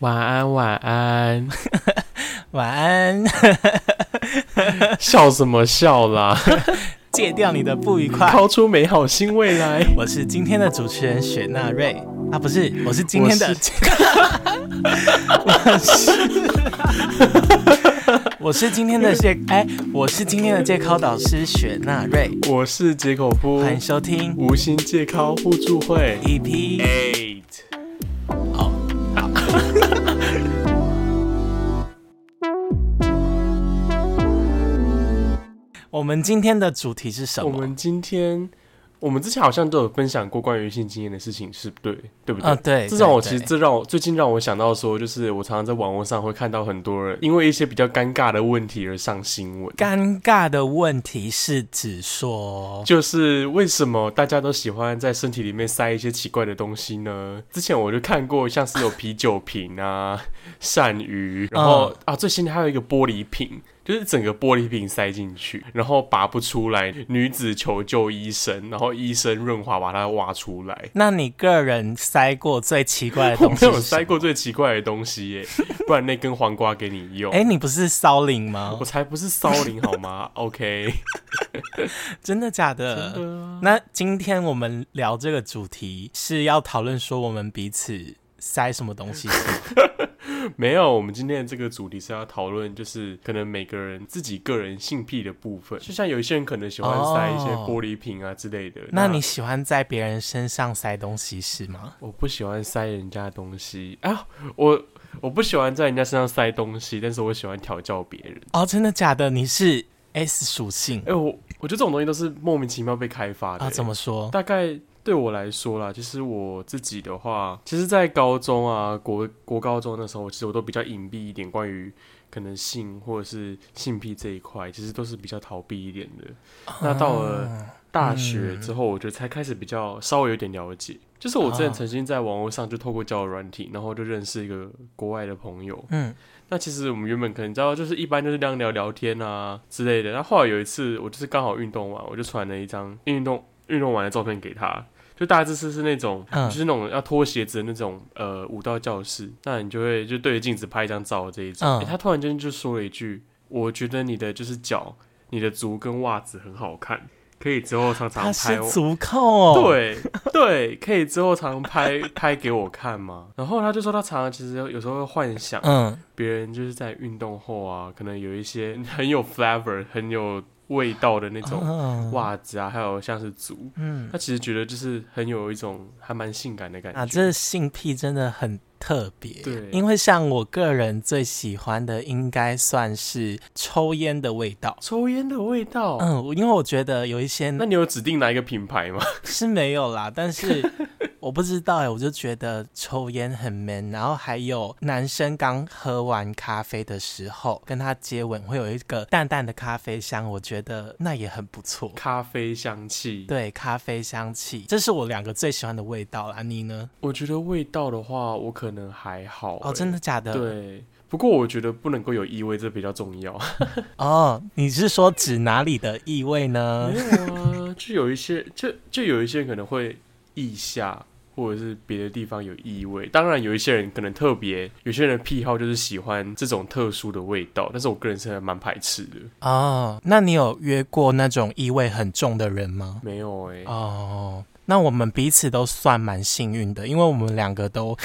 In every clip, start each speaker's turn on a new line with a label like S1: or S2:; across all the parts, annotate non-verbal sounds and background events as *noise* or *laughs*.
S1: 晚安，晚安， *laughs*
S2: 晚安， *laughs*
S1: 笑什么笑啦？ *laughs*
S2: 戒掉你的不愉快。
S1: 掏出美好新未来。
S2: 我是今天的主持人雪纳瑞啊，不是，我是今天的，
S1: 我
S2: 我是， *laughs* 我是今天的谢，哎，我是今天的戒考导师雪纳瑞，
S1: *laughs* 我是解口夫，
S2: 欢迎收听 E
S1: 无心借靠互助会。
S2: EP
S1: Eight，
S2: 我们今天的主题是什
S1: 我
S2: 么？
S1: 们今天，我们之前好像都有分享过关于性经验的事情，是对对不对？
S2: 啊，对，
S1: 至少我
S2: 对
S1: 其实
S2: 对
S1: 这让我最近让我想到说，就是我常常在网络上会看到很多人因为一些比较尴尬的问题而上新闻。
S2: 尴尬的问题是指说，
S1: 就是为什么大家都喜欢在身体里面塞一些奇怪的东西呢？之前我就看过，像是有啤酒瓶啊、鳝鱼，然后、啊，最新的还有一个玻璃瓶，就是整个玻璃瓶塞进去，然后拔不出来，女子求救医生，然后医生润滑把它挖出来。
S2: 那你个人塞过最奇怪的
S1: 我
S2: 东
S1: 没
S2: 西？
S1: 有塞。过最奇怪的东西耶，不然那根黄瓜给你用。
S2: 哎，你不是骚灵吗
S1: 我？才不是 *laughs* 骚灵好吗？OK，啊
S2: 真的假的？那今天我们聊这个主题是要讨论说我们彼此塞什么东西？
S1: 嗯没有，我们今天的这个主题是要讨论，就是可能每个人自己个人性癖的部分，就像有一些人可能喜欢塞一些
S2: 哦
S1: 玻璃瓶啊之类的。
S2: 那你喜欢在别人身上塞东西是吗？
S1: 我不喜欢塞人家的东西啊，我我不喜欢在人家身上塞东西，但是我喜欢调教别人。
S2: 哦，真的假的？你是 S 属性
S1: 哎、我我觉得这种东西都是莫名其妙被开发的、欸
S2: 啊？怎么说？
S1: 大概对我来说啦，就是我自己的话，其实，在高中啊、国国高中的时候，其实我都比较隐蔽一点，关于可能性或者是性癖这一块，其实都是比较逃避一点的。那到了大学之后，我觉得才开始比较稍微有点了解。就是我之前
S2: 啊
S1: 曾经在网络上就透过交友软体，然后就认识一个国外的朋友，
S2: 嗯，
S1: 那其实我们原本可能知道，就是一般就是这样聊聊天啊之类的。那后来有一次，我就是刚好运动完，我就传了一张运动运动完的照片给他，就大致是是那种，
S2: 嗯
S1: 就是那种要脱鞋子的那种呃舞蹈教室。那你就会就对着镜子拍一张照这一种、
S2: 嗯
S1: 诶他突然间就说了一句：“我觉得你的就是脚、你的足跟袜子很好看，可以之后常常
S2: 他
S1: 拍
S2: 是
S1: 我。”
S2: 足控哦。，
S1: 对对，可以之后常拍拍给我看吗？然后他就说他常常其实有时候会幻想，
S2: 嗯，
S1: 别人就是在运动后啊，可能有一些 *laughs* 很有 flavor、很有味道的那种
S2: 嗯，
S1: 袜子啊，还有像是足，
S2: 嗯
S1: 他其实觉得就是很有一种还蛮性感的感觉。
S2: 啊，这性癖真的很特别。
S1: 对
S2: 因为像我个人最喜欢的，应该算是抽烟的味道。
S1: 抽烟的味道。
S2: 嗯，因为我觉得有一些
S1: 哦那你有指定哪一个品牌吗？ *laughs*
S2: *laughs* 是没有啦，但是我不知道哎、我就觉得抽烟很 man，然后还有男生刚喝完咖啡的时候跟他接吻，会有一个淡淡的咖啡香，我觉得那也很不错。
S1: 咖啡香气。
S2: 对，咖啡香气，这是我两个最喜欢的味道啦。你呢？
S1: 我觉得味道的话，我可能还好、欸
S2: 哦，真的。假的？，
S1: 对，不过我觉得不能够有异味，这比较重要。
S2: 哦，你是说指哪里的异味呢
S1: 没？有啊，就有一些，就就有一些人可能会腋下或者是别的地方有异味。当然，有一些人可能特别，有些人的癖好就是喜欢这种特殊的味道，但是我个人是还蛮排斥的。
S2: 哦，那你有约过那种异味很重的人吗？
S1: 没有哎、
S2: 哦，那我们彼此都算蛮幸运的，因为我们两个
S1: *laughs*
S2: 都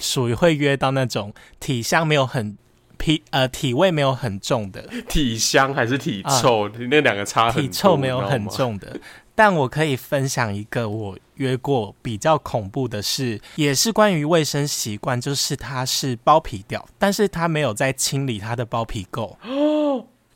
S2: 属于会约到那种体香没有很体呃体味没有很重的，
S1: 体香还是体臭，那两个差很多
S2: 体臭没有
S1: 你
S2: 很
S1: 知道吗
S2: 重的。但我可以分享一个我约过比较恐怖的是，也是关于卫生习惯，就是他是包皮掉，但是他没有在清理他的包皮
S1: *laughs*
S2: 垢。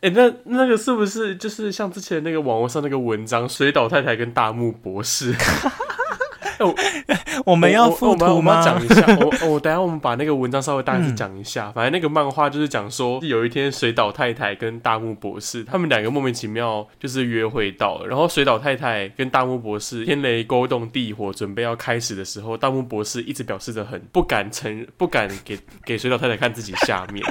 S1: 哎、那那个是不是就是像之前那个网络上那个文章，水岛太太跟大木博士？
S2: 我
S1: 我
S2: 们要
S1: 我
S2: 附
S1: 我们
S2: 图
S1: 我们
S2: 吗
S1: 要？
S2: 嗯
S1: 讲一下，我我等一下我们把那个文章稍微大致讲一下。反正那个漫画就是讲说，有一天水岛太太跟大木博士他们两个莫名其妙就是约会到了，然后水岛太太跟大木博士天雷勾动地火，准备要开始的时候，大木博士一直表示着很不敢承 *laughs* 认，不敢给给水岛太太看自己下面。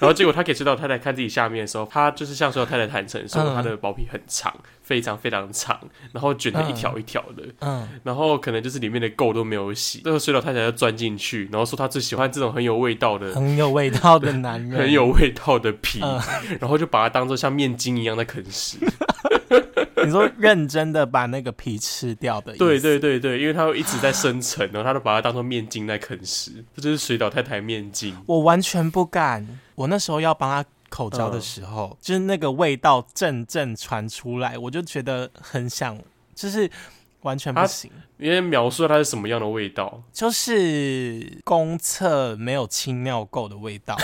S1: 然后结果他给水岛太太看自己下面的时候，他就是向水岛太太坦诚说
S2: 嗯
S1: 他的包皮很长，非常非常长，然后卷的一条一条的，
S2: 嗯，
S1: 然后可能就是里面的垢都没有洗，最后水岛太太要钻进去，然后说她最喜欢这种很有味道的。
S2: 很有味道的男
S1: *laughs*
S2: 人，
S1: 很有味道的皮，
S2: 嗯
S1: 然后就把它当做像面筋一样在啃食。
S2: 你说认真的把那个皮吃掉
S1: *laughs*
S2: 的意
S1: *laughs*
S2: 思，
S1: 对对对对，因为它会一直在生成，然后他就把它当做面筋在啃食。这就是水岛太太面筋。
S2: 我完全不敢。我那时候要帮他口交的时候，就是那个味道阵阵传出来，我就觉得很想，就是完全不行。
S1: 因为描述它是什么样的味道，
S2: 就是公厕没有清尿垢的味道，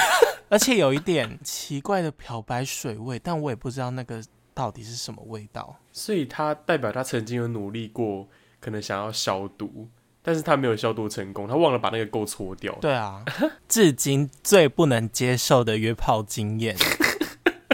S2: 而且有一点奇怪的漂白水味，但我也不知道那个到底是什么味道。
S1: 所以它代表他曾经有努力过，可能想要消毒，但是他没有消毒成功，他忘了把那个垢搓掉。
S2: 对啊，至今最不能接受的约炮经验，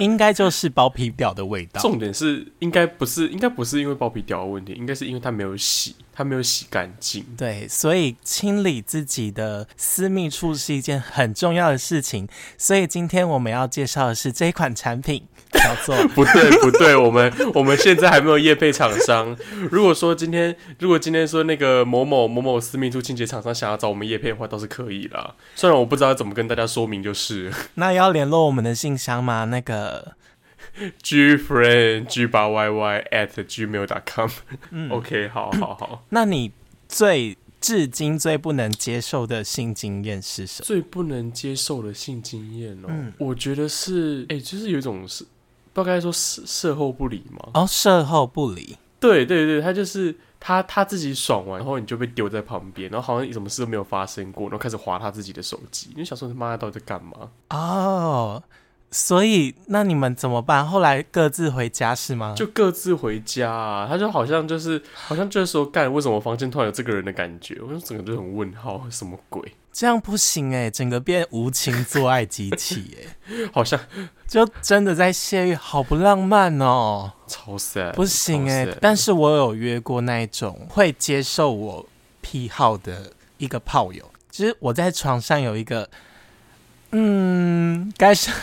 S2: 应该就是包皮屌的味道。
S1: 重点是应该不是，应该不是因为包皮掉的问题，应该是因为他没有洗，他没有洗干净。
S2: 对，所以清理自己的私密处是一件很重要的事情。所以今天我们要介绍的是这一款产品，叫做
S1: *laughs* 不对不对，我们 *laughs* 我们现在还没有业配厂商。如果说今天如果今天说那个某某某某私密处清洁厂商想要找我们业配的话，倒是可以啦。虽然我不知道怎么跟大家说明，就是 *laughs*
S2: 那要联络我们的信箱吗？那个
S1: G friend G 八 Y Y at gmail dot com。
S2: 嗯
S1: *laughs* OK，好好好。
S2: 那你最至今最不能接受的性经验是什么？
S1: 最不能接受的性经验哦，
S2: 嗯
S1: 我觉得是哎、就是有一种是，不知道该说事事后不理吗？
S2: 哦，售后不理，
S1: 对对对，他就是他他自己爽完，然后你就被丢在旁边，然后好像什么事都没有发生过，然后开始划他自己的手机，你就想说他妈的到底在干嘛？
S2: 哦，所以那你们怎么办？后来各自回家是吗？
S1: 就各自回家、啊，他就好像就是好像就是说干，为什么房间突然有这个人的感觉？我就整个就很问号，什么鬼？
S2: 这样不行哎、整个变无情做爱机器哎、
S1: 好像
S2: *laughs* 就真的在泄欲，好不浪漫哦。
S1: 超 sad，
S2: 不行哎、
S1: 超 sad
S2: 但是我有约过那一种会接受我癖好的一个炮友，其实我在床上有一个，嗯，该说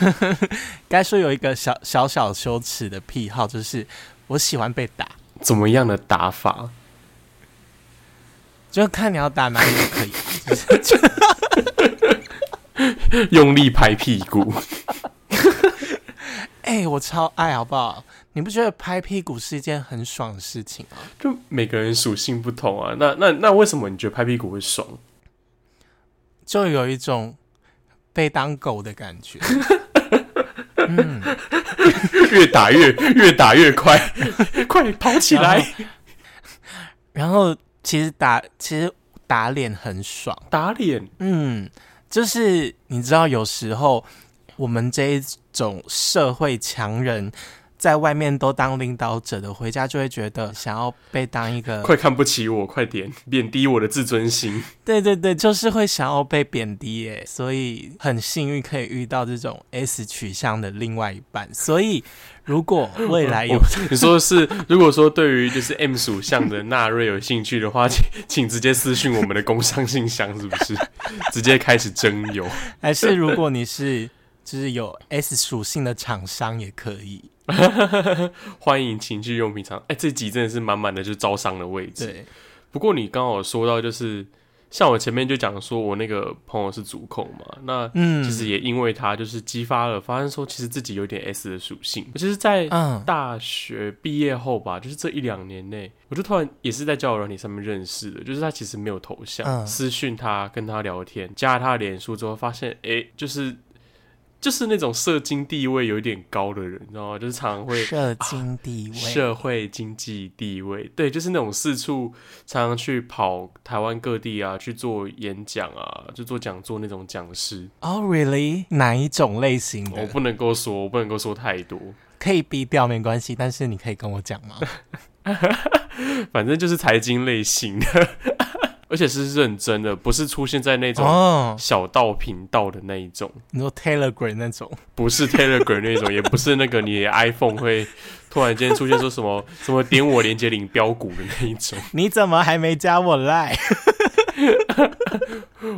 S2: 该说有一个小小小羞耻的癖好，就是我喜欢被打，
S1: 怎么样的打法？
S2: 就看你要打哪里都可以，
S1: 用力拍屁股，
S2: 哎、我超爱好不好？你不觉得拍屁股是一件很爽的事情吗？
S1: 就每个人属性不同啊。那那那为什么你觉得拍屁股会爽？
S2: 就有一种被当狗的感觉。 *laughs*
S1: 越打越越打越快， *laughs* 快跑起来！
S2: 然后其实打其实打脸很爽，
S1: 打脸，
S2: 嗯，就是你知道有时候我们这一种社会强人。在外面都当领导者的，回家就会觉得想要被当
S1: *laughs*
S2: 一个，
S1: 快看不起我，快点贬低我的自尊心。 *laughs*
S2: 对对对，就是会想要被贬低耶，所以很幸运可以遇到这种 S 取向的另外一半。所以如果未来有
S1: 你说是？如果说对于就是 M 属相的纳瑞有兴趣的话，请请直接私讯我们的工商信箱，是不 *laughs* 是？直接开始征友， *laughs*
S2: 还是如果你是就是有 S 属性的厂商也可以，
S1: 欢迎情趣用品厂。哎、这集真的是满满的就是招商的位置。
S2: 对，
S1: 不过你刚好说到，就是像我前面就讲说，我那个朋友是主控嘛，那
S2: 嗯，
S1: 其实也因为他就是激发了，发现说其实自己有点 S 的属性。其实，在
S2: 嗯
S1: 大学毕业后吧，就是这一两年内，我就突然也是在交友软体上面认识的，就是他其实没有头像，
S2: 嗯
S1: 私讯他跟他聊天，加了他的脸书之后，发现诶，就是就是那种社经地位有点高的人，你知道吗？就是常常会
S2: 社经地位，
S1: 社会经济地位，对，就是那种四处常常去跑台湾各地啊，去做演讲啊，就做讲座那种讲师。
S2: 哦、r e a l l y 哪一种类型
S1: 我
S2: 的？
S1: 不能够说，我不能够说太多，
S2: 可以逼掉没关系，但是你可以跟我讲 *laughs* 吗？
S1: 反正就是财经类型 *laughs* 的，而且是认真的，不是出现在那种
S2: 哦，
S1: 小道频道的那一种，
S2: 你说 Telegram 那种，
S1: 不是 Telegram 那种，也 *laughs* 不是那个你 iPhone 会突然间出现说什么什么点我连接领标股的那一种。
S2: 你怎么还没加我来？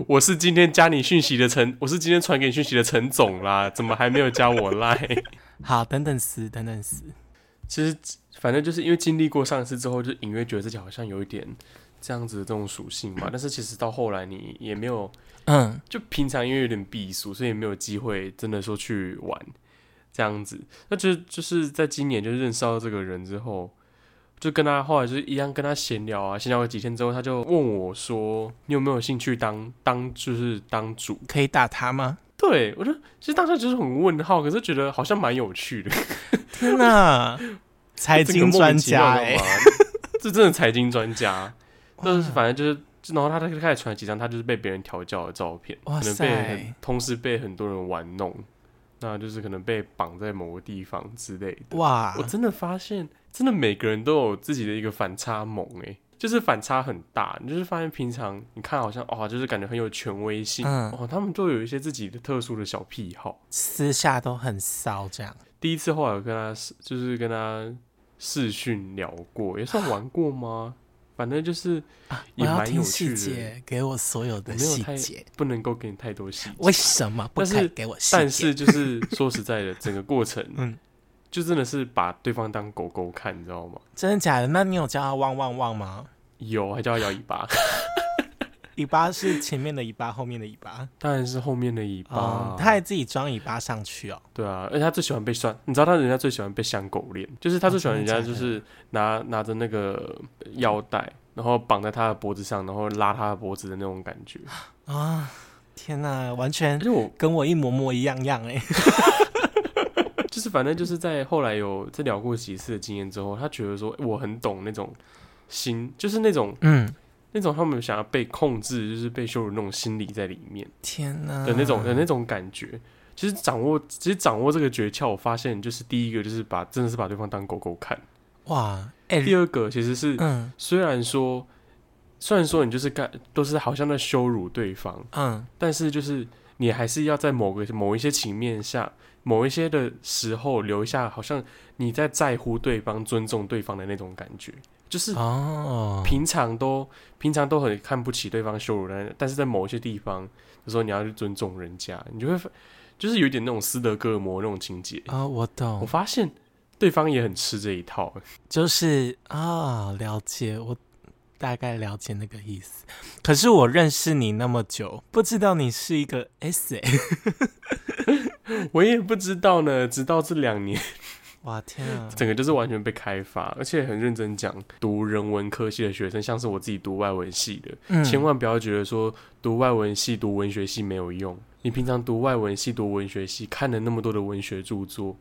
S1: 我是今天加你讯息的陈，我是今天传给你讯息的陈总啦，怎么还没有加我 line？
S2: 好，等等死，等等死。
S1: 其实反正就是因为经历过上一次之后，就隐约觉得自己好像有一点这样子的这种属性嘛。但是其实到后来你也没有，
S2: 嗯，
S1: 就平常因为有点避暑，所以也没有机会真的说去玩这样子。那就就是在今年就认识到这个人之后，就跟他后来就是一样跟他闲聊啊，闲聊了几天之后，他就问我说：“你有没有兴趣当当就是当主
S2: 可以打他吗？
S1: 对我就其实当时就是很问号，可是觉得好像蛮有趣的。
S2: 天哪， *laughs* 财经专家
S1: 哎、
S2: 哎、 *laughs*
S1: 这真的财经专家。但是
S2: 哇
S1: 反正就是，就然后他就开始传几张他就是被别人调教的照片，
S2: 哇
S1: 可能
S2: 塞
S1: 被很同时被很多人玩弄，那就是可能被绑在某个地方之类的。
S2: 哇
S1: 我，真的发现，真的每个人都有自己的一个反差萌哎、就是反差很大。你就是发现平常你看好像哦，就是感觉很有权威性、
S2: 嗯
S1: 哦，他们都有一些自己的特殊的小癖好。
S2: 私下都很骚这样。
S1: 第一次后来有跟他视就是跟他视讯聊过，也算玩过吗？ *laughs* 反正就是也
S2: 啊我要
S1: 蛮有
S2: 听
S1: 趣
S2: 细
S1: 的，
S2: 节，给我所有
S1: 我
S2: 的
S1: 没有
S2: 细
S1: 太
S2: 节。
S1: 不能够给你太多细
S2: 为
S1: 节。
S2: 什么不
S1: 但是
S2: 肯给我细节？
S1: 但是就是说实在的，整个过程，
S2: *laughs* 嗯
S1: 就真的是把对方当狗狗看，你知道吗？
S2: 真的假的？那你有叫他汪汪汪吗？
S1: 有还叫他摇尾
S2: *laughs*
S1: 巴，
S2: 尾巴是前面的尾巴，后面的尾巴。
S1: 当然是后面的尾巴
S2: 哦，。他还自己装尾巴上去哦。
S1: 对啊，而且他最喜欢被拴，你知道他人家最喜欢被香狗链，就是他最喜欢人家
S2: 哦真
S1: 就
S2: 的假的
S1: 是拿拿着那个腰带，然后绑在他的脖子上，然后拉他的脖子的那种感觉。
S2: 啊、天哪，完
S1: 而
S2: 全
S1: 且我
S2: 跟我一模模一样样哎、
S1: 就是反正就是在后来有在聊过几次的经验之后，他觉得说欸我很懂那种心，就是那种
S2: 嗯，
S1: 那种他们想要被控制，就是被羞辱那种心理在里面
S2: 天哪
S1: 的那种、的那种感觉。其实掌握，其实掌握这个诀窍，我发现就是第一个就是把真的是把对方当狗狗看，
S2: 哇哎、
S1: 第二个其实是
S2: 嗯
S1: 虽然说，虽然说你就是干都是好像在羞辱对方，
S2: 嗯
S1: 但是就是你还是要在某个某一些情面下，某一些的时候留下，好像你在在乎对方、尊重对方的那种感觉，就是
S2: 哦，
S1: 平常都平常都很看不起对方、羞辱人，但是在某一些地方的时候，你要去尊重人家，你就会发就是有点那种斯德哥尔摩那种情节。
S2: 哦，我
S1: 我
S2: 懂，
S1: 发现对方也很吃这一套， *laughs*
S2: 就是啊、了解，我大概了解那个意思。可是我认识你那么久，不知道你是一个
S1: *laughs*
S2: S 哎、
S1: 我也不知道呢，直到这两年。
S2: 哇天啊，
S1: 整个就是完全被开发，而且很认真讲。读人文科系的学生，像是我自己读外文系的，
S2: 嗯
S1: 千万不要觉得说读外文系、读文学系没有用。你平常读外文系、读文学系，看了那么多的文学著作，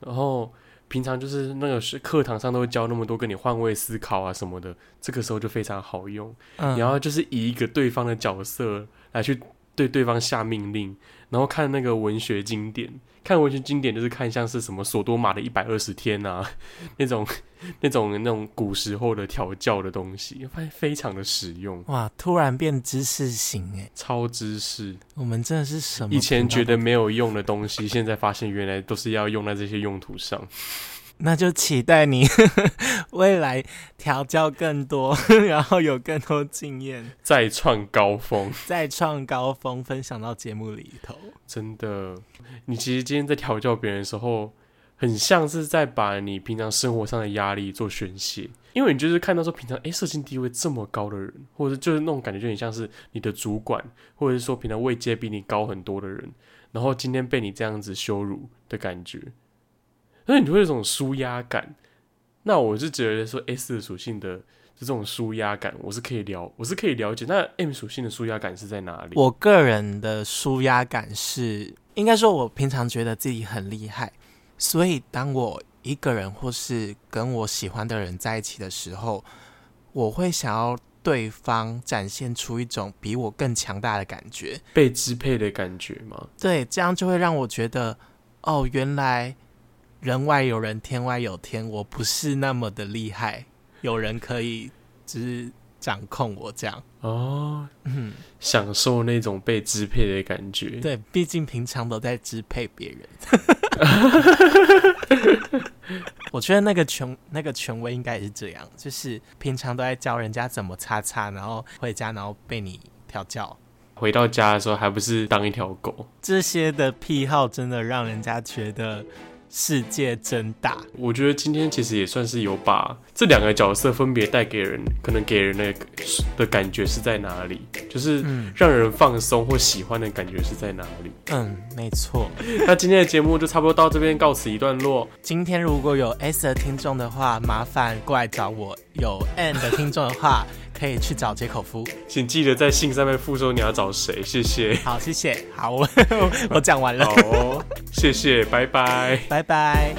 S1: 然后平常就是那个是课堂上都会教那么多跟你换位思考啊什么的，这个时候就非常好用。
S2: 嗯
S1: 你要就是以一个对方的角色来去对对方下命令，然后看那个文学经典，看文学经典就是看像是什么《索多玛的一百二十天》啊，那种那种那种古时候的调教的东西，发现非常的实用，
S2: 哇，突然变知识型哎、
S1: 超知识。
S2: 我们真的是什么？
S1: 以前觉得没有用的东西，现在发现原来都是要用在这些用途上。
S2: 那就期待你 *laughs* 未来调教更多， *laughs* 然后有更多经验，
S1: 再创高峰，
S2: 再创高峰，分享到节目里头。
S1: 真的，你其实今天在调教别人的时候，很像是在把你平常生活上的压力做宣泄，因为你就是看到说平常诶社经地位这么高的人，或者就是那种感觉，就很像是你的主管，或者是说平常位阶比你高很多的人，然后今天被你这样子羞辱的感觉，所以你会有一种舒压感。那我是觉得说 S 的属性的这种舒压感，我是可以了，我是可以了解。那 M 属性的舒压感是在哪里？
S2: 我个人的舒压感是，应该说，我平常觉得自己很厉害，所以当我一个人或是跟我喜欢的人在一起的时候，我会想要对方展现出一种比我更强大的感觉。
S1: 被支配的感觉吗？
S2: 对，这样就会让我觉得，哦，原来人外有人，天外有天，我不是那么的厉害，有人可以就是掌控我这样。
S1: 哦，
S2: 嗯，
S1: 享受那种被支配的感觉。
S2: 对，毕竟平常都在支配别人。 *laughs* 我觉得那个权那个权威应该也是这样，就是平常都在教人家怎么擦擦，然后回家然后被你调教。
S1: 回到家的时候，还不是当一条狗？
S2: 这些的癖好真的让人家觉得世界真大。
S1: 我觉得今天其实也算是有把这两个角色分别带给人，可能给人的的感觉是在哪里，就是让人放松或喜欢的感觉是在哪里。
S2: 嗯，没错。
S1: 那今天的节目就差不多到这边告辞一段落。
S2: 今天如果有 S 的听众的话，麻烦过来找我；有 N 的听众的话，可以去找杰口夫。
S1: 请记得在信上面附说你要找谁，谢谢。
S2: 好， *laughs* 谢谢。好，我我讲完了
S1: *laughs* 好，，哦，谢谢，拜拜。
S2: 拜拜。